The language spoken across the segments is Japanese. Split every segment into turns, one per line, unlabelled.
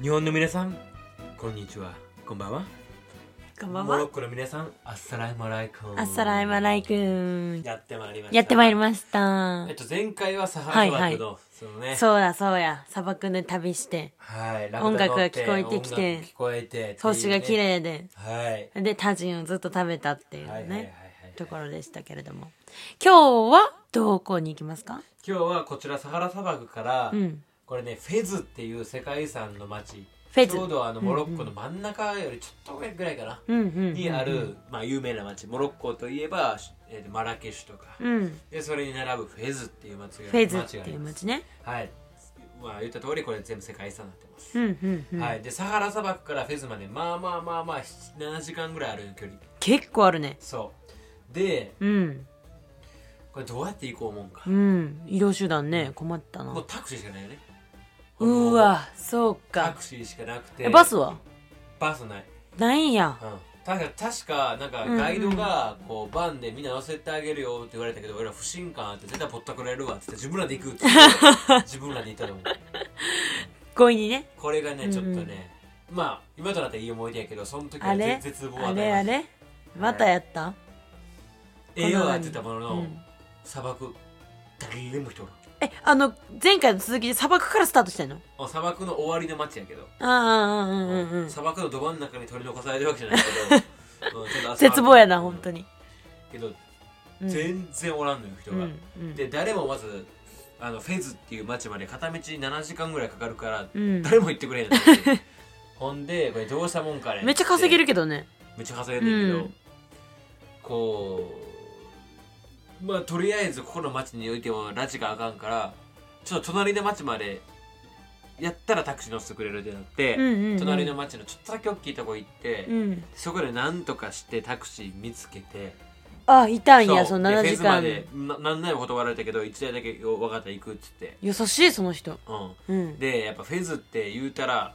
日本の皆さんこんにちはこんばんは
こんばん
モロッ
は。
コの皆さんアッサライマライコン
アッサライマライクン。
やってまいりました
やってまいり
し
ました
えっ。と前回はサハラだけど、
は
そのね
そうだそうや。砂漠で旅して、
はい
音楽が聞こえてきて
音楽聞こえてっていうね
星が綺麗で、
はい
で、タジンをずっと食べたっていう
はいはいはいはい
ね、ところでしたけれども。今日はどこに行きますか
今日はこちらサハラ砂漠から、
うん。
これねフェズっていう世界遺産の町
フェズ
ちょうどあのモロッコの真ん中よりちょっと上ぐらいかな、
うんうん。
にある、まあ、有名な町モロッコといえば、えーマラケシュとか、
うん。
でそれに並ぶフェズっていう町が
フェズ
町
っ
があ
てい
り
う
ます
街ね。
はいまあ言った通りこれ全部世界遺産になってます、
うんうんうん。
はい、でサハラ砂漠からフェズまでまあまあまあまあ7 7時間ぐらいある距離
結構あるね。
そうで
うん。
これどうやって行こう思うんか、
うん。移動手段ね、困った
もう
な。
タクシーしかないよね
うわ、そう
タ
か
ク。シーしかなくて
え、バスは
バスない
ないんや。
うん確か確かなんかガイドがこうバンでみんな乗せてあげるよって言われたけど俺ら不信感あって絶対ぼったくられるわって言って自分らで行くって言って 自分らで行ったと思う
強引にね。
これがね
うん
ちょっとね、まあ今となっていい思い出やけどその時
あ
は
れ
絶絶望を与
あ
え
れ
ま
あ
した
れまたやった
栄養はやってたものの、
うん
砂漠誰でも人おらん
えあの前回の続きで砂漠からスタートしてんの
あ砂漠の終わりの街やけど、
ああうんうんうんうん
砂漠のど真ん中に取り残されるわけじゃないけ ど、うんちょっと朝
絶望やな本当に
けど
うん
全然おらんのよ人
う
が、
んうん
で誰もまずあのフェズっていう町まで片道7時間ぐらいかかるから、
うん
誰も行ってくれへ んのほんでこれどうしたもんかね
めっちゃ稼げる
け
けどね
どめっちゃ稼げるけど、
うん
こうまあとりあえずここの町においても拉致があかんからちょっと隣の町までやったらタクシー乗せてくれるってなって、
うんうんうん
隣の町のちょっとだけ大きいとこ行って、
うん
そこでなんとかしてタクシー見つけて
あいたんや
そ
そうの
で
7
フェ
時
ズま
間
でな何台も断られたけど1台だけよ分かった行くっつって、
優しいその人
うん、
うん
でやっぱフェズって言うたら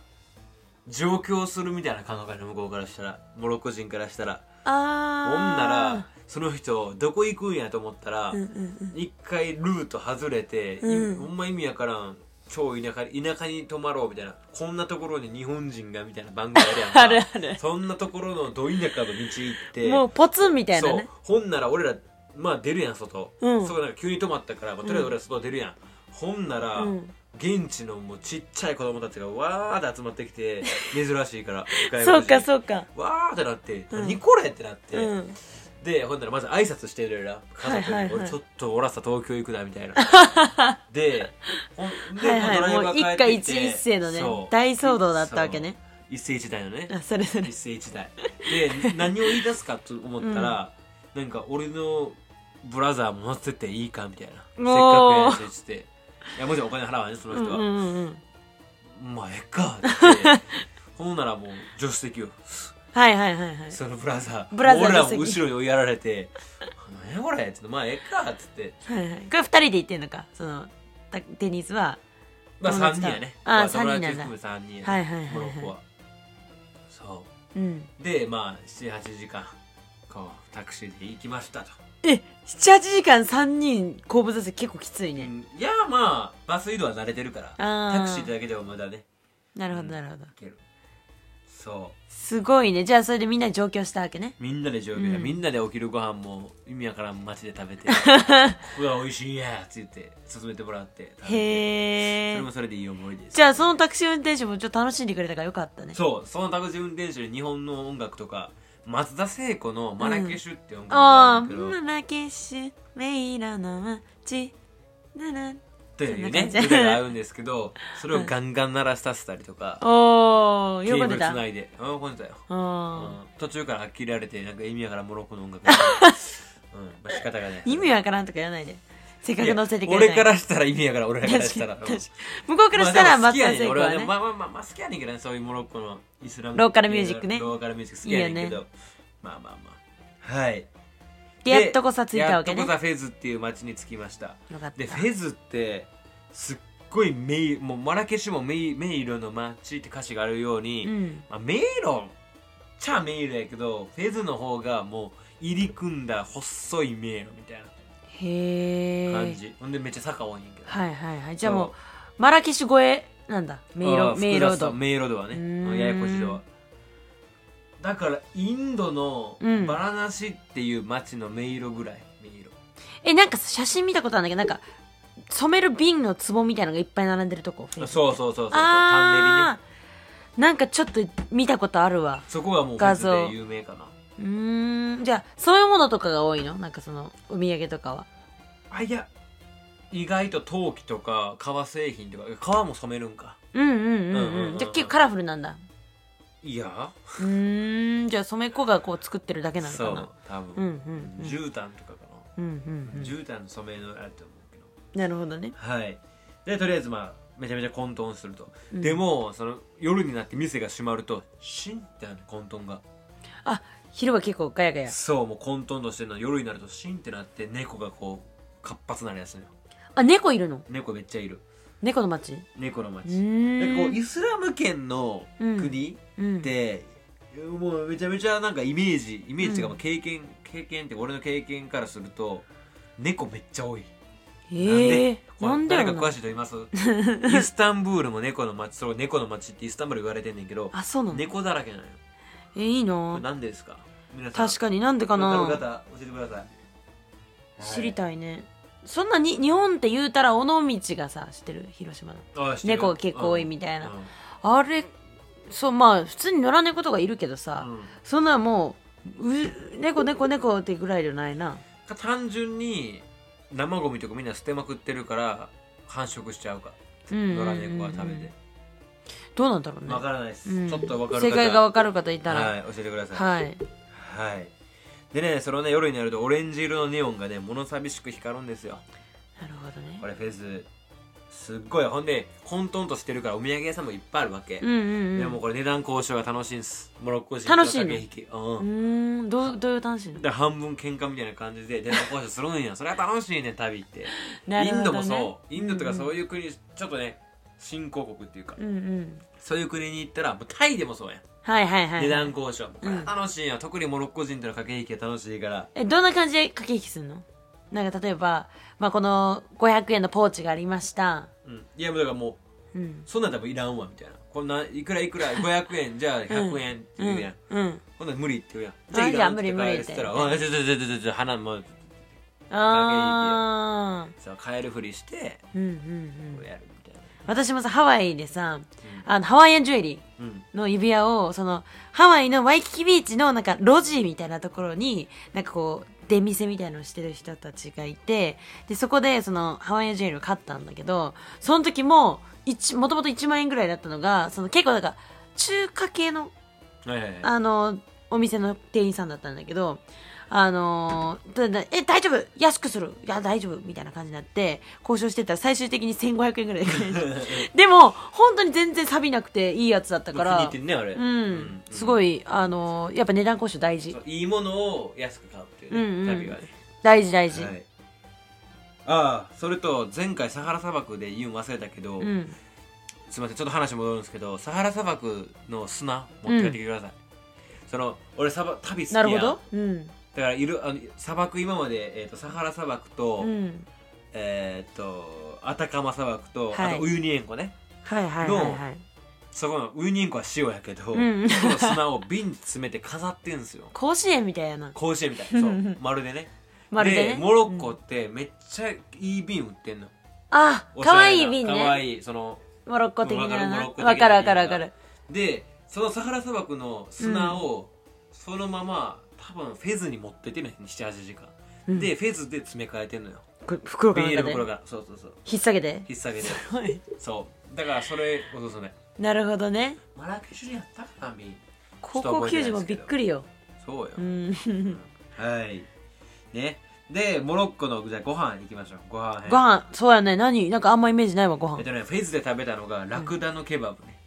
上京するみたいな感覚やね向こうからしたらモロッコ人からしたらほんな
あ
らその人どこ行くんやと思ったら、
ーうんうんうん
一回ルート外れて、い
うん
ほんま意味わからん超田舎田舎に泊まろうみたいなこんなところに日本人がみたいな番組あるやんか
あるある
そんなところのど田舎の道行って
もうポツンみたいな
そう
ね
ほんなら俺らまあ出るやん外、
うん
そこなんか急に止まったから、まあ、とりあえず俺ら外出るやん、ほんなら、
うん
現地のもうちっちゃい子供たちがわーって集まってきて 珍しいから
そうか
う
そうか
わーってなって、
うん
何これってなって、
うん
でほんならまず挨拶してるよな家族に、
はいはいはい
俺ちょっと俺らさ東京行くなみたいな でほんで
はいはい
まあドライバー
もう一
帰っ
家
てきて
一一世のね
そう
大騒動だったわけね
そう一世一代のね
あそれそれ
一世一代で何を言い出すかと思ったら、なんか俺のブラザーも乗せていいかみたいなせっ
おー
かくやしっていやもちろんお金払わないその
う
人
ん
は、
うんうんうん
まあええかってほんならもう助手席を
はいはいはいはい
そのブラザー
ブラザーの
俺らも
席
後ろに追いやられて「何やこれ」っつって「まあええか」っつって
はいはい、これ二人で行ってんのかそのたデニスは
まあ
友
3
達
人やね
あ
ま
三人なんだ
友達含め3人やね、
はいはいはいはい
モロッコはそ
うん
うでまあ78時間こうタクシーで行きましたと、
え78時間三人後部座席結構きついね、
いやまあバス移動は慣れてるから
あー
タクシーだけでもまだね
なるほどなるほど
行けるそう
すごいねじゃあそれでみんなで上京したわけね
みんなで上京や、
うん
みんなでお昼ご飯も意味わからん街で食べ てここが美味しいんやって言って勧めてもらって食べてそ
へ
れ
え
もそれでいい思い出です
じゃあそのタクシー運転手もちょっと楽しんでくれたからよかったね
そうそのタクシー運転手に日本の音楽とか松田聖子の「マラケシュ」って音楽があ
あ
る
あ
けど、
マラケシュメイラの街なら
という
そんな
ね
感じ
歌が合うんですけ どそれをガンガン鳴らしたせたりとか、
おお
ケ
よ
ーブ
く出
ルつ
た
ないでうんこんでたよ、
あ
うん途中から飽きられてなんか意味わからんモロッコの音 楽うんまあ仕方がない
ー意味わからんとか言わないでせっかく乗せてくれた
いや俺からしたら意味やから俺らからしたら
確かに
うん
向こうからしたら松田聖子
まあでも好きやねん俺
は
はね
ね
まあまあまあまあ好きやねんけどねそういうモロッコのイスラム
ローカルミュージックね
ローカルミュージック好きやねんけど
いい
まあまあまあはい
でやっとこさついたわけ
や
ね
っとこさフェズっていう街に着きました
よかった
でフェズってすっごいメイもうマラケシュもメイメイロの街って歌詞があるように、
うん
まあ、メイロっちゃメイロやけどフェズの方がもう入り組んだ細い迷路みたい
へえ
な感じ、ほんでめっちゃ坂多いんやけど
はいはいはいじゃあもうマラケシュ越えなんだ迷路
あ複
迷路
雑さ
度
迷路度はね
うーん
うんややこしい度はだからインドの
うん
バラナシっていう町の迷路ぐらい迷路
えなんかさ写真見たことあるんだけどなんか染める瓶の壺みたいのがいっぱい並んでるとこ
そうそうそうそうタンネリね
あーなんかちょっと見たことあるわ
そこがもうフェ
画
ス
像
で有名かな
うーんじゃあそういうものとかが多いのなんかそのお土産とかは
あいや意外と陶器とか革製品とか革も染めるんか
うんうんうん
うんうん
う
うんん
じゃあ結構カラフルなんだ
いや
うーんじゃあ染め子がこう作ってるだけなの
そ
か
う
な
多
うんう
分
んうん
絨毯とかか
うんう
なん絨毯の染めのあれと思うけど
うんなるほどね
はいでとりあえずまあめちゃめちゃ混沌すると、
うん
でもその夜になって店が閉まるとシンってなる混沌が
あ昼は結構ガヤガヤ
そうもう混沌としてるの夜になるとシンってなって猫がこう活発なりやすいのよ
あ猫いるの
猫めっちゃいる
猫の町
猫の
う
町でこ
ー
うんイスラム圏の国
うん
って、もうめちゃめちゃなんかイメージイメージっていう
う
か
ん
経験、経験って俺の経験からすると猫めっちゃ多い
ええな
なんん
で
で
や
これ誰
ろ
か詳
な
しい人います イスタンブールも猫の街それ猫の街ってイスタンブール言われてんねんけど
あそうなの
猫だらけなんよ
えいい
これ
な
何でですか皆さん
確かになんでか
わかる
な
方教えてください
知り
い
たいねそんなに日本って言うたら尾道がさ知ってる広島の
あ知ってる
猫が結構多いみたいな
うんうん
あれそうまあ普通に野良猫とかいるけどさ、
うん
そんなもうう猫猫猫ってぐらいじゃないな
か単純に生ゴミとかみんな捨てまくってるから繁殖しちゃうか
うん
野
うんうんうん
良猫は食べて
どうなんだろうね
わからないです、
うん
ちょっとわかる方
正解がわかる方いた
は
ら
い教えてください
はい、
はい、でねそのね夜になるとオレンジ色のネオンがね物寂しく光るんですよ
なるほどね
これフェスすっごいほんで混沌としてるからお土産屋さんもいっぱいあるわけ、
うんうん
で
うん
もこれ値段交渉が楽しいんですモロッコ人
楽しいの
のきうん、
うーんどうどういう楽しいの
だから半分喧嘩みたいな感じで値段交渉するんや それは楽しいね旅って
なる
イ
ほどね
ンドもそうインドとかそう
い
いう国、ちょっとね新興国っていうか、
うんうん、うんうん、
そういう国に行ったらもうタイでもそうやん、
はいはいはい
値段交渉これ
うん
は楽しいよ、特にモロッコ人との駆け引きが楽しいから
えどんな感じで駆け引きするのなんか例えば、まあ、この500円のポーチがありました
うんいやもうだからもう
うん
そんなん多分いらんわみたいなこんないくらいくら500円じゃあ100円って
う
言うやん、
んうん
ほんなら無理って言うやん
あ
いらん
じゃあ無理無理っ
言
て
ったら「あちょちょちょちょちょちょ花もう
ああ
さ買えるふりして
うんうんうん
こうやる」みたいな
私もさハワイでさ、あのハワイアンジュエリー
うん
の指輪をそのハワイのワイキキビーチのなんか路地みたいなところになんかこう出店みたいのをしてる人たちがいてでそこでそのハワイアンジュエリーを買ったんだけどその時も一もともと1万円ぐらいだったのがその結構なんか中華系の
はいはいはい
あのお店の店員さんだったんだけどあのただえ大丈夫安くするいや大丈夫みたいな感じになって交渉してたら最終的に1500円ぐらいで買えた でも本当に全然錆びなくていいやつだったか
気に入
ら
ってんねあれ
うん、すご
い
いあのやっぱ値段交渉大事
いいものを安く買うっていうね、
うんうん
旅はね
大事大事、
はいああそれと前回サハラ砂漠で言うん忘れたけど、
うん
すみませんちょっと話戻るんですけどサハラ砂漠の砂持って帰ってきてください、その俺サバ旅好き
な
やん
るほどうん
だからいるあの砂漠今まで、えー、とサハラ砂漠と、
うん
えっ、とアタカマ砂漠と、
はい
あとウユニ塩湖ね
はいはいはいはい
そこのウユニ塩湖は塩やけど、
うん
そこの砂を瓶に詰めて飾ってんですよ
甲子園みたいやな
甲子園みたいなそう まるでね
まるで,、ね、
モロッ
う
コ
ん
ってめっちゃいい瓶売ってんの
あ
おしゃれ
可
な
愛い瓶
かわ
ね
いいその
モロッコ的な
わかるモロッコ的な
わかるわかるわかる
でそのサハラ砂漠の砂をそのまま多分フェズに持ってってるの78時間、
うん
でフェズで詰め替えてんのよ
こ袋か
ビ
なん
ニー
か
ル袋
で
がそうそうそう
引っ提げて
引っ提げて
はい
そうだからそれおすすめ
なるほどね
マラケシュにやったかなみん
高校球児もびっくりよ
そうよ
う、ん
はいねでモロッコのじゃあご飯行きましょうご飯編
ご飯そうやね何なんかあんまイメージないわご
えっ
飯
とねフェズで食べたのがラクダのケバブね、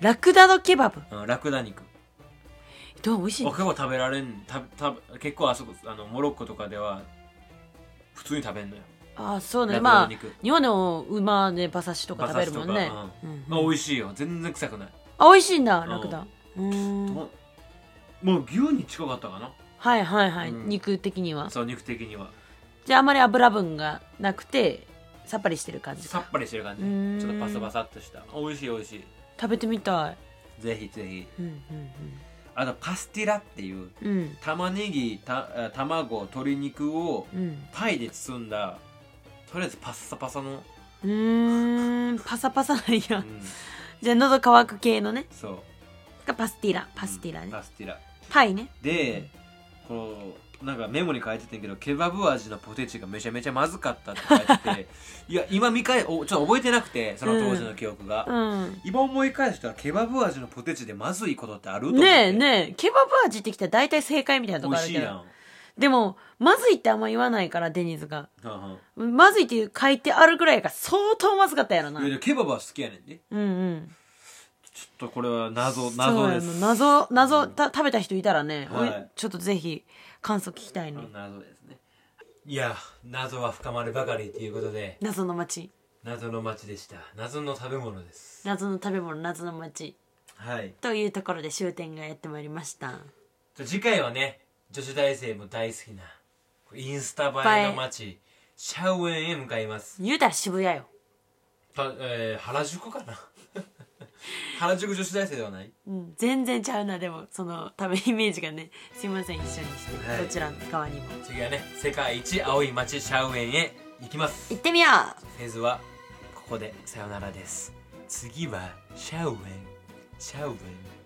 ラクダのケバブ
うん、ラクダ肉
どう美味しい
あ
の
結構食べられんたた結構あそこあのモロッコとかでは普通に食べんのよ
あそう
ラク
ね
ダ
ま
の
あ
肉、
日本の馬ね馬刺しとか食べるもんね
馬刺し
うん
まあ、美味しいよ全然臭くない、
あ美味しいんだ
ん
ラクダうーん
もうもう牛に近かったかな
はいはいはい
うん
肉的には
そう肉的には
じゃああまり油分がなくてさっぱりしてる感じ
さっぱりしてる感じ
うーん
ちょっとパサパサっとした美味しい美味しい
食べてみたい
ぜひぜひ
うん
あとパスティラっていう
うんうん
玉ねぎたあ卵鶏肉を
うん
パイで包んだとりあえずパッサパサの、
うーんパサパサなん
う
や
ん、
じゃあ喉乾く系のね
そう
がパスティラパスティラ
うん
ね
パスティラ
パイね
でこのなんかメモに書いててんけどケバブ味のポテチがめちゃめちゃまずかったって書いて ていや今見返おちょっと覚えてなくてその当時の記憶が、
うん
今思い返したらケバブ味のポテチでまずいことってあると思っ
ね
て
えねえケバブ味ってきたら大体正解みたいなと
美
こあ
味し
る
い
け
や
ど
ん、
でもまずいってあんま言わないからデニーズが
うん
まずいって書いてあるぐらいやから相当まずかったやろ
う、
なん
いやでもケバブは好きやねんね
うんうん
ちょっとこれは謎謎で
そうや
す
な謎謎た食べた人いたらね、
はい
おいちょっとぜひ感想聞きたいね、
謎ですねいや謎は深まるばかりということで
謎の街
謎の街でした謎の食べ物です
謎の食べ物謎の街
はい
というところで終点がやってまいりました
じゃあ次回はね女子大生も大好きなインスタ映えの街シャウエンへ向かいます
言うたら渋谷よ
た、えー原宿かな 原宿女子大生ではない
うん、全然ちゃうなでもその多分イメージがねすいません一緒にして、
はい
どちらの側にも
次はね世界一青い街シャウエンへ行きます
行ってみよう
フェズはここでさよならです次はシャウエンシャウエン